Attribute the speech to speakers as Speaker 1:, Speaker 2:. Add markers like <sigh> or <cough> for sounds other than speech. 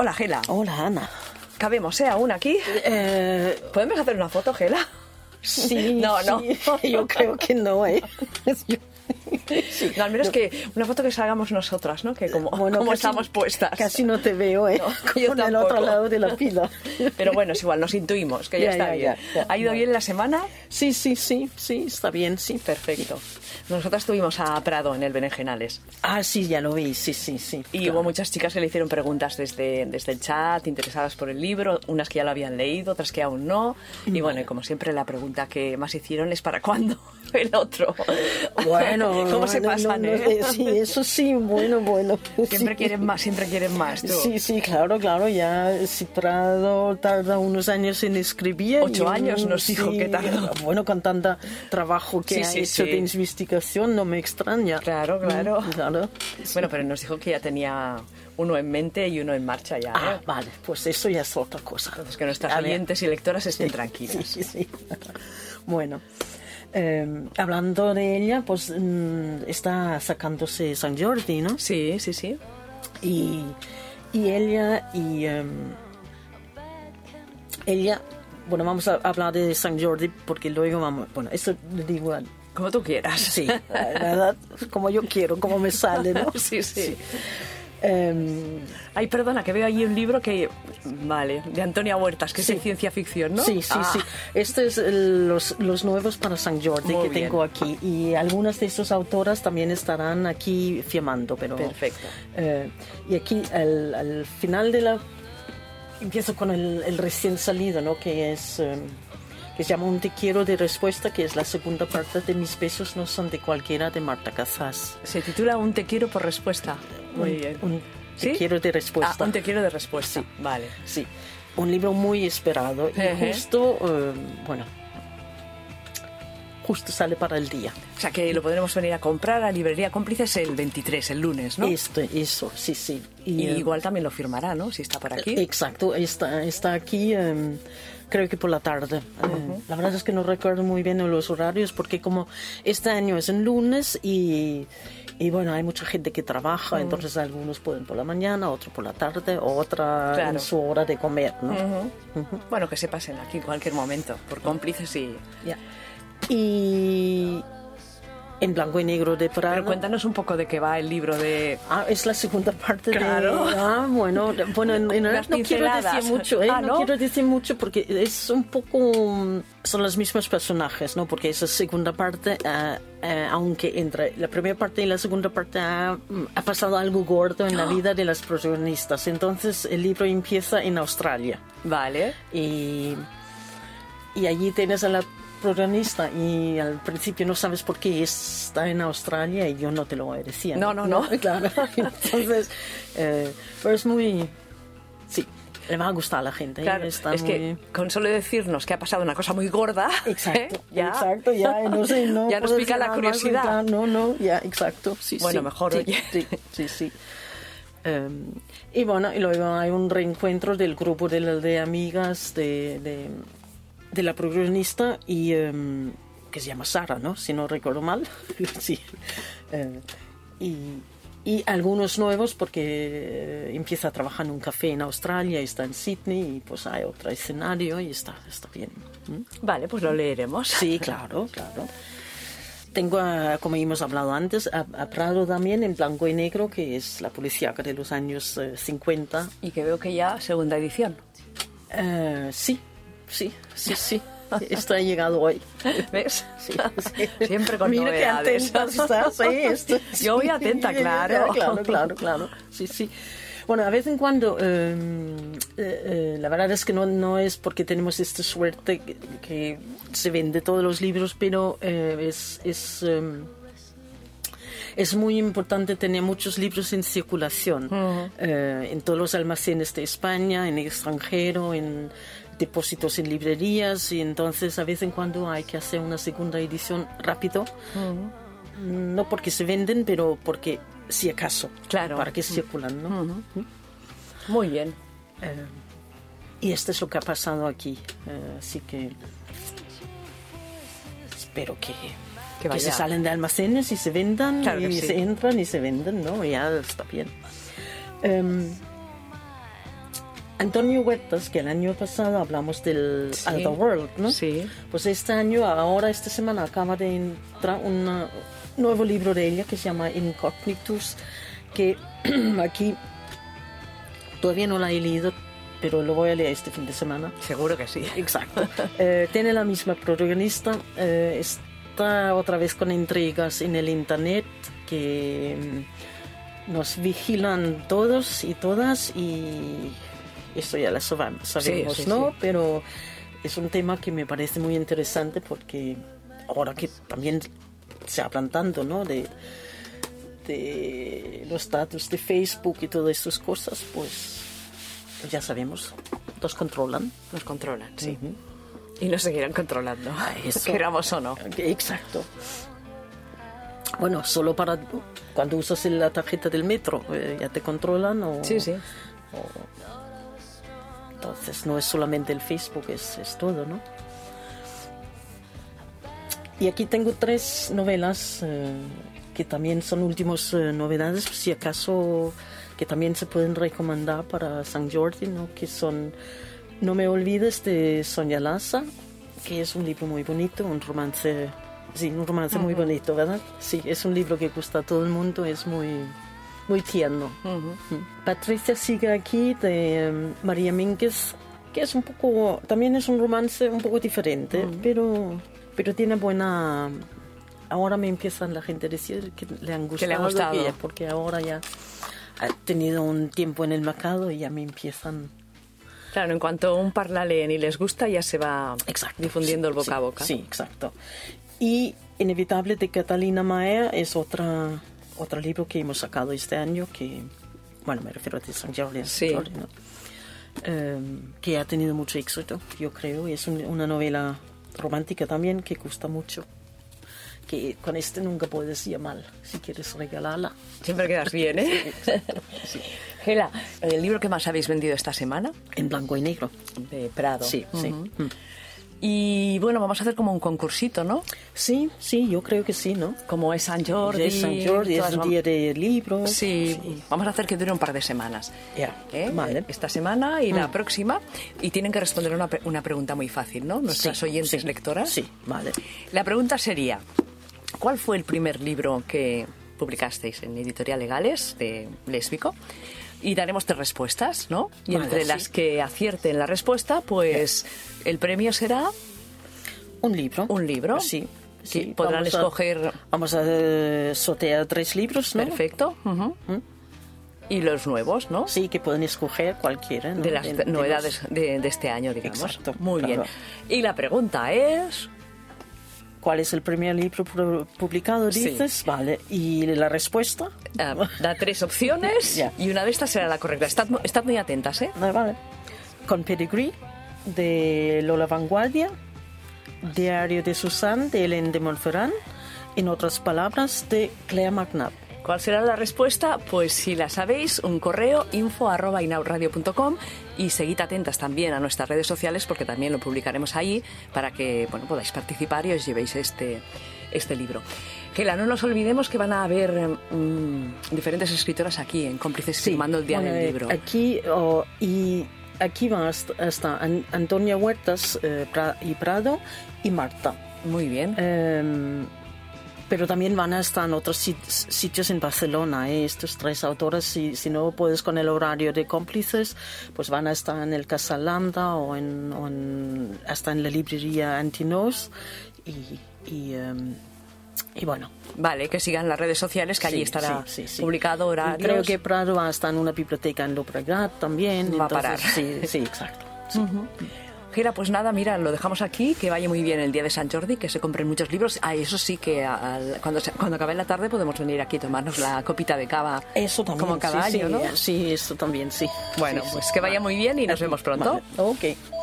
Speaker 1: Hola, Gela.
Speaker 2: Hola, Ana.
Speaker 1: Cabemos, ¿eh? Aún aquí.
Speaker 2: Eh,
Speaker 1: ¿Podemos hacer una foto, Gela?
Speaker 2: sí.
Speaker 1: No, no.
Speaker 2: sí. <laughs> Yo creo que no, ¿eh? Yo-
Speaker 1: No, al menos que una foto que salgamos nosotras, ¿no? Que como, como
Speaker 2: casi-
Speaker 1: estamos puestas.
Speaker 2: Casi no te veo, ¿eh?
Speaker 1: No,
Speaker 2: Como
Speaker 1: yo
Speaker 2: en el otro
Speaker 1: tampoco.
Speaker 2: lado de la pila.
Speaker 1: Pero bueno, es igual, nos intuimos, que ya,
Speaker 2: Ya,
Speaker 1: está
Speaker 2: ya,
Speaker 1: bien.
Speaker 2: ya, ya.
Speaker 1: ¿Ha ido bien la semana?
Speaker 2: Sí, sí, sí, sí, está bien, sí.
Speaker 1: Perfecto. Nosotras tuvimos a Prado en el Berenjenales
Speaker 2: Ah, sí, ya lo vi, sí, sí, sí.
Speaker 1: y
Speaker 2: Claro.
Speaker 1: hubo muchas chicas que le hicieron preguntas desde, desde el chat, interesadas por el libro, unas que ya lo habían leído, otras que aún no. Y bueno, y como siempre, la pregunta que más hicieron es ¿para cuándo <laughs> el otro?
Speaker 2: Bueno,
Speaker 1: <laughs> <laughs> ¿cómo se
Speaker 2: no, no,
Speaker 1: pasan,
Speaker 2: no,
Speaker 1: eh?
Speaker 2: eh, Sí, eso sí, bueno, bueno.
Speaker 1: Siempre
Speaker 2: sí.
Speaker 1: quieren más, siempre quieren más. tú.
Speaker 2: Sí, sí, claro, claro, ya si Prado tarda unos años en escribir.
Speaker 1: Ocho
Speaker 2: yo
Speaker 1: años nos
Speaker 2: sí,
Speaker 1: dijo que tardó.
Speaker 2: Bueno, con tanto trabajo que
Speaker 1: Sí,
Speaker 2: ha
Speaker 1: sí,
Speaker 2: hecho
Speaker 1: sí.
Speaker 2: de investigación, no me extraña.
Speaker 1: Claro, claro.
Speaker 2: Mm, claro.
Speaker 1: Bueno, pero nos dijo que ya tenía uno en mente y uno en marcha ya. ¿eh?
Speaker 2: Ah, vale, pues eso ya es otra cosa.
Speaker 1: Entonces Pues que nuestras
Speaker 2: A ver.
Speaker 1: oyentes y lectoras estén tranquilas.
Speaker 2: <laughs> Sí, sí, sí. Bueno, eh, hablando de ella, pues mm, está sacándose San Jordi, ¿no?
Speaker 1: Sí, sí, sí.
Speaker 2: y, y ella y em, ella bueno vamos a hablar de San Jordi porque luego vamos bueno eso lo digo al-
Speaker 1: Como tú quieras.
Speaker 2: sí la verdad como yo quiero como me sale no
Speaker 1: <laughs> sí, sí.
Speaker 2: Em,
Speaker 1: <laughs> Ay, perdona, que veo ahí un libro que... Vale, de Antonia Huertas, que es de ciencia ficción, ¿no?
Speaker 2: Sí, sí,
Speaker 1: Ah,
Speaker 2: sí. Este es el- los, los nuevos para San Jordi
Speaker 1: Muy
Speaker 2: que
Speaker 1: bien.
Speaker 2: tengo aquí. Y algunas de esas autoras también estarán aquí firmando, pero...
Speaker 1: Perfecto.
Speaker 2: Eh, y aquí, al, al final de la... Empiezo con el, el recién salido, ¿no? Que es... eh, que se llama Un te quiero de respuesta, que es la segunda parte de Mis besos no son de cualquiera de Marta Casas.
Speaker 1: Se titula Un te quiero por respuesta. Muy bien.
Speaker 2: Un te
Speaker 1: ¿Sí?
Speaker 2: quiero de respuesta.
Speaker 1: Ah, un te quiero de respuesta. Vale.
Speaker 2: Sí, un libro muy esperado y
Speaker 1: Ejé.
Speaker 2: justo, eh, bueno, justo sale para el día.
Speaker 1: O sea, que lo podremos venir a comprar a Librería Cómplices el 23, el lunes, ¿no?
Speaker 2: Esto, Este, eso, sí, sí.
Speaker 1: Y
Speaker 2: eh,
Speaker 1: igual también lo firmará, ¿no? Si está por aquí.
Speaker 2: Exacto, está, está aquí, eh, creo que por la tarde. Eh, la verdad es que no recuerdo muy bien los horarios porque como este año es en lunes y, y bueno, hay mucha gente que trabaja, entonces algunos pueden por la mañana, otros por la tarde, otra
Speaker 1: Claro.
Speaker 2: en su hora de comer, ¿no?
Speaker 1: Bueno, que se pasen aquí en cualquier momento, por cómplices y...
Speaker 2: Ya. Y en blanco y negro de Prado.
Speaker 1: Pero cuéntanos un poco de qué va el libro de...
Speaker 2: Ah, es la segunda parte
Speaker 1: Claro.
Speaker 2: de... Ah, bueno, de- bueno, en- en realidad
Speaker 1: Las
Speaker 2: no quiero
Speaker 1: pinceladas.
Speaker 2: decir mucho, ¿eh?
Speaker 1: Ah,
Speaker 2: ¿no?
Speaker 1: ¿no?
Speaker 2: quiero decir mucho porque es un poco... mm, Son los mismos personajes, ¿no? Porque esa segunda parte, ah, ah, aunque entre la primera parte y la segunda parte ha, mm, ha pasado algo gordo
Speaker 1: <gasps>
Speaker 2: en la vida de las protagonistas. Entonces el libro empieza en Australia
Speaker 1: Vale.
Speaker 2: y, y allí tienes a la protagonista y al principio no sabes por qué está en Australia y yo no te lo decía.
Speaker 1: No, no, no.
Speaker 2: <laughs>
Speaker 1: <laughs>
Speaker 2: Claro. Entonces, eh, pero es muy... Sí, le va a gustar a la gente. ¿eh?
Speaker 1: Claro,
Speaker 2: Está
Speaker 1: es que
Speaker 2: muy-
Speaker 1: con solo decirnos que ha pasado una cosa muy gorda, <laughs> ¿eh?
Speaker 2: <laughs> Exacto,
Speaker 1: ya,
Speaker 2: exacto, ya,
Speaker 1: <laughs>
Speaker 2: no sé, no
Speaker 1: Ya nos
Speaker 2: puedo
Speaker 1: pica
Speaker 2: decir
Speaker 1: la
Speaker 2: nada más,
Speaker 1: curiosidad.
Speaker 2: ya, No, no, ya, exacto, sí,
Speaker 1: Bueno,
Speaker 2: sí,
Speaker 1: mejor,
Speaker 2: sí,
Speaker 1: oye.
Speaker 2: sí, sí, sí. Em, y bueno, y luego hay un reencuentro del grupo de, la- de amigas de, de, de la protagonista y em, que se llama Sara, ¿no? Si no recuerdo mal, <laughs> sí. Eh, y, y algunos nuevos porque eh, empieza a trabajar en un café en Australia, está en Sydney y pues hay otro escenario y está, está bien. ¿Mm?
Speaker 1: Vale, pues lo leeremos.
Speaker 2: Sí, claro, claro. Tengo, a- como hemos hablado antes, a, a Prado también en blanco y negro, que es la policíaca de los años eh, 50.
Speaker 1: Y que veo que ya segunda edición.
Speaker 2: Eh, sí, sí, sí, sí. Esto ha llegado hoy.
Speaker 1: ¿Ves? <laughs>
Speaker 2: Sí, <laughs> sí.
Speaker 1: Siempre con
Speaker 2: Mira qué
Speaker 1: novedades.
Speaker 2: atenta
Speaker 1: <laughs>
Speaker 2: estás, ¿eh? Esto-
Speaker 1: Yo voy atenta, claro.
Speaker 2: Claro, claro, claro. Sí, sí. Bueno, a vez en cuando, eh, eh, eh, la verdad es que no, no es porque tenemos esta suerte que, que se vende todos los libros, pero eh, es... es em, es muy importante tener muchos libros en circulación eh, en todos los almacenes de España, en el extranjero, en depósitos en librerías y entonces a vez en cuando hay que hacer una segunda edición rápido, no porque se venden, pero porque si acaso,
Speaker 1: Claro.
Speaker 2: para que circulan, ¿no?
Speaker 1: <laughs>
Speaker 2: Eh,
Speaker 1: Muy bien.
Speaker 2: Y esto es lo que ha pasado aquí, eh, así que espero que...
Speaker 1: Que
Speaker 2: que se
Speaker 1: vaya.
Speaker 2: salen de almacenes y se vendan
Speaker 1: Claro que
Speaker 2: y
Speaker 1: sí.
Speaker 2: se entran y se venden, ¿no? Ya está bien. Em, Antonio Huertas, que el año pasado hablamos del
Speaker 1: Sí.
Speaker 2: Other World, ¿no?
Speaker 1: Sí.
Speaker 2: Pues este año, ahora, esta semana, acaba de entrar una- un nuevo libro de ella que se llama Incognitus, que <clears throat> aquí todavía no la he leído, pero lo voy a leer este fin de semana.
Speaker 1: Seguro que sí.
Speaker 2: Exacto. <laughs> Eh, tiene la misma protagonista. eh, está otra vez con intrigas en el internet que mm, nos vigilan todos y todas y esto ya lo sab- sabemos,
Speaker 1: sí,
Speaker 2: ¿no?
Speaker 1: sí.
Speaker 2: Pero es un tema que me parece muy interesante porque ahora que también se hablan tanto, ¿no? De, de los datos de Facebook y todas estas cosas, pues ya sabemos, los controlan.
Speaker 1: Nos controlan, sí. Y nos seguirán controlando,
Speaker 2: eso.
Speaker 1: <laughs> queramos o no.
Speaker 2: Exacto. Bueno, solo para cuando usas la tarjeta del metro, eh, ya te controlan o...
Speaker 1: Sí, sí.
Speaker 2: Entonces no es solamente el Facebook, es, es todo, ¿no? Y aquí tengo tres novelas eh, que también son últimas novedades, si acaso que también se pueden recomendar para San Jordi, ¿no? Que son No me olvides de Sonia Laza, que es un libro muy bonito, un romance, sí, un romance muy bonito, ¿verdad? Sí, es un libro que gusta a todo el mundo, es muy, muy tierno.
Speaker 1: Ujú.
Speaker 2: Patricia sigue aquí de em, María Mínquez, que es un poco, también es un romance un poco diferente, pero, pero tiene buena... Ahora me empiezan la gente a decir que le han
Speaker 1: Que
Speaker 2: gustado,
Speaker 1: le ha gustado.
Speaker 2: que ya- porque ahora ya ha tenido un tiempo en el mercado y ya me empiezan...
Speaker 1: Claro, en cuanto un par la leen y les gusta, ya se va
Speaker 2: Exacto,
Speaker 1: difundiendo
Speaker 2: sí,
Speaker 1: el boca
Speaker 2: sí,
Speaker 1: a boca.
Speaker 2: Sí, exacto. Y Inevitable de Catalina Maer es otra, otro libro que hemos sacado este año, que, bueno, me refiero a de San Jordi,
Speaker 1: Sí.
Speaker 2: Jordi, ¿no? Em, que ha tenido mucho éxito, yo creo. Es un- una novela romántica también que gusta mucho. Que con este nunca puedes ir mal, si quieres regalarla.
Speaker 1: Siempre quedas bien, ¿eh? Gela, el libro que más habéis vendido esta semana,
Speaker 2: En blanco y negro.
Speaker 1: de Prado.
Speaker 2: Sí, sí.
Speaker 1: Ujú. Y bueno, vamos a hacer como un concursito, ¿no?
Speaker 2: Sí, sí, yo creo que sí, ¿no?
Speaker 1: Como es San Jordi.
Speaker 2: Es San Jordi, es
Speaker 1: todas
Speaker 2: el
Speaker 1: vam-
Speaker 2: día del libro.
Speaker 1: Sí, vamos a hacer que dure un par de semanas.
Speaker 2: Ya,
Speaker 1: ¿eh?
Speaker 2: vale. Mm.
Speaker 1: Esta semana y la próxima. Y tienen que responder una, pe- una pregunta muy fácil, ¿no? Nuestras
Speaker 2: Sí,
Speaker 1: oyentes
Speaker 2: sí,
Speaker 1: lectoras.
Speaker 2: Sí, vale.
Speaker 1: La pregunta sería, ¿cuál fue el primer libro que publicasteis en Editorial Legales de Lésbico? Y daremos tres respuestas, ¿no? Y
Speaker 2: Vale,
Speaker 1: entre
Speaker 2: sí.
Speaker 1: las que acierten la respuesta, pues el premio será...
Speaker 2: Un libro.
Speaker 1: Un libro.
Speaker 2: Sí.
Speaker 1: Que
Speaker 2: sí.
Speaker 1: podrán
Speaker 2: Vamos a-
Speaker 1: escoger-
Speaker 2: vamos a eh, sortear tres libros, ¿no?
Speaker 1: Perfecto. ujú. Y los nuevos, ¿no?
Speaker 2: Mm. Sí, que pueden escoger cualquiera. ¿no?
Speaker 1: De las
Speaker 2: los-
Speaker 1: novedades de, de este año, digamos.
Speaker 2: Exacto,
Speaker 1: Muy bien.
Speaker 2: claro.
Speaker 1: Y la pregunta es...
Speaker 2: ¿Cuál es el primer libro pu- publicado,
Speaker 1: Sí.
Speaker 2: dices? Vale. ¿Y la respuesta?
Speaker 1: ah, da tres opciones
Speaker 2: Ya.
Speaker 1: y una de estas será la correcta. Estad, mu- estad muy atentas, ¿eh?
Speaker 2: <laughs> Ah, vale. Con Pedigree, de Lola Vanguardia, Diario de Susan, de Hélène de Montferrand, en otras palabras, de Claire McNabb.
Speaker 1: ¿Cuál será la respuesta? Pues si la sabéis, un correo info arroba inauradio.com y seguid atentas también a nuestras redes sociales porque también lo publicaremos ahí para que bueno, podáis participar y os llevéis este, este libro. Gela, no nos olvidemos que van a haber mm, diferentes escritoras aquí en Cómplices firmando el día
Speaker 2: bueno,
Speaker 1: del
Speaker 2: eh,
Speaker 1: libro.
Speaker 2: Aquí, oh, y aquí va hasta, hasta An- Antonia Huertas eh, Pra- y Prado y Marta.
Speaker 1: Muy bien.
Speaker 2: Em, pero también van a estar en otros sit- sitios en Barcelona, eh, estos tres autores. Si, si no puedes con el horario de cómplices, pues van a estar en el Casa Lambda o, en, o en- hasta en la librería Antinos. Y, y, em, y bueno,
Speaker 1: Vale, que sigan las redes sociales, que allí
Speaker 2: Sí,
Speaker 1: estará
Speaker 2: sí, sí, sí.
Speaker 1: publicado
Speaker 2: Y
Speaker 1: horarios.
Speaker 2: Creo que Prado va a estar en una biblioteca en Llobregat también.
Speaker 1: Va a
Speaker 2: entonces,
Speaker 1: parar.
Speaker 2: Sí, sí, exacto.
Speaker 1: Gera, pues nada, mira, lo dejamos aquí, que vaya muy bien el día de San Jordi, que se compren muchos libros. Ah, eso sí, que al- cuando, se- cuando acabe la tarde podemos venir aquí a tomarnos la copita de cava.
Speaker 2: Eso también.
Speaker 1: Como cada
Speaker 2: sí,
Speaker 1: año,
Speaker 2: sí,
Speaker 1: ¿no?
Speaker 2: Sí, eso también, sí.
Speaker 1: Bueno,
Speaker 2: Sí, sí,
Speaker 1: pues que vaya
Speaker 2: vale.
Speaker 1: muy bien y nos vemos pronto.
Speaker 2: Vale, Ok.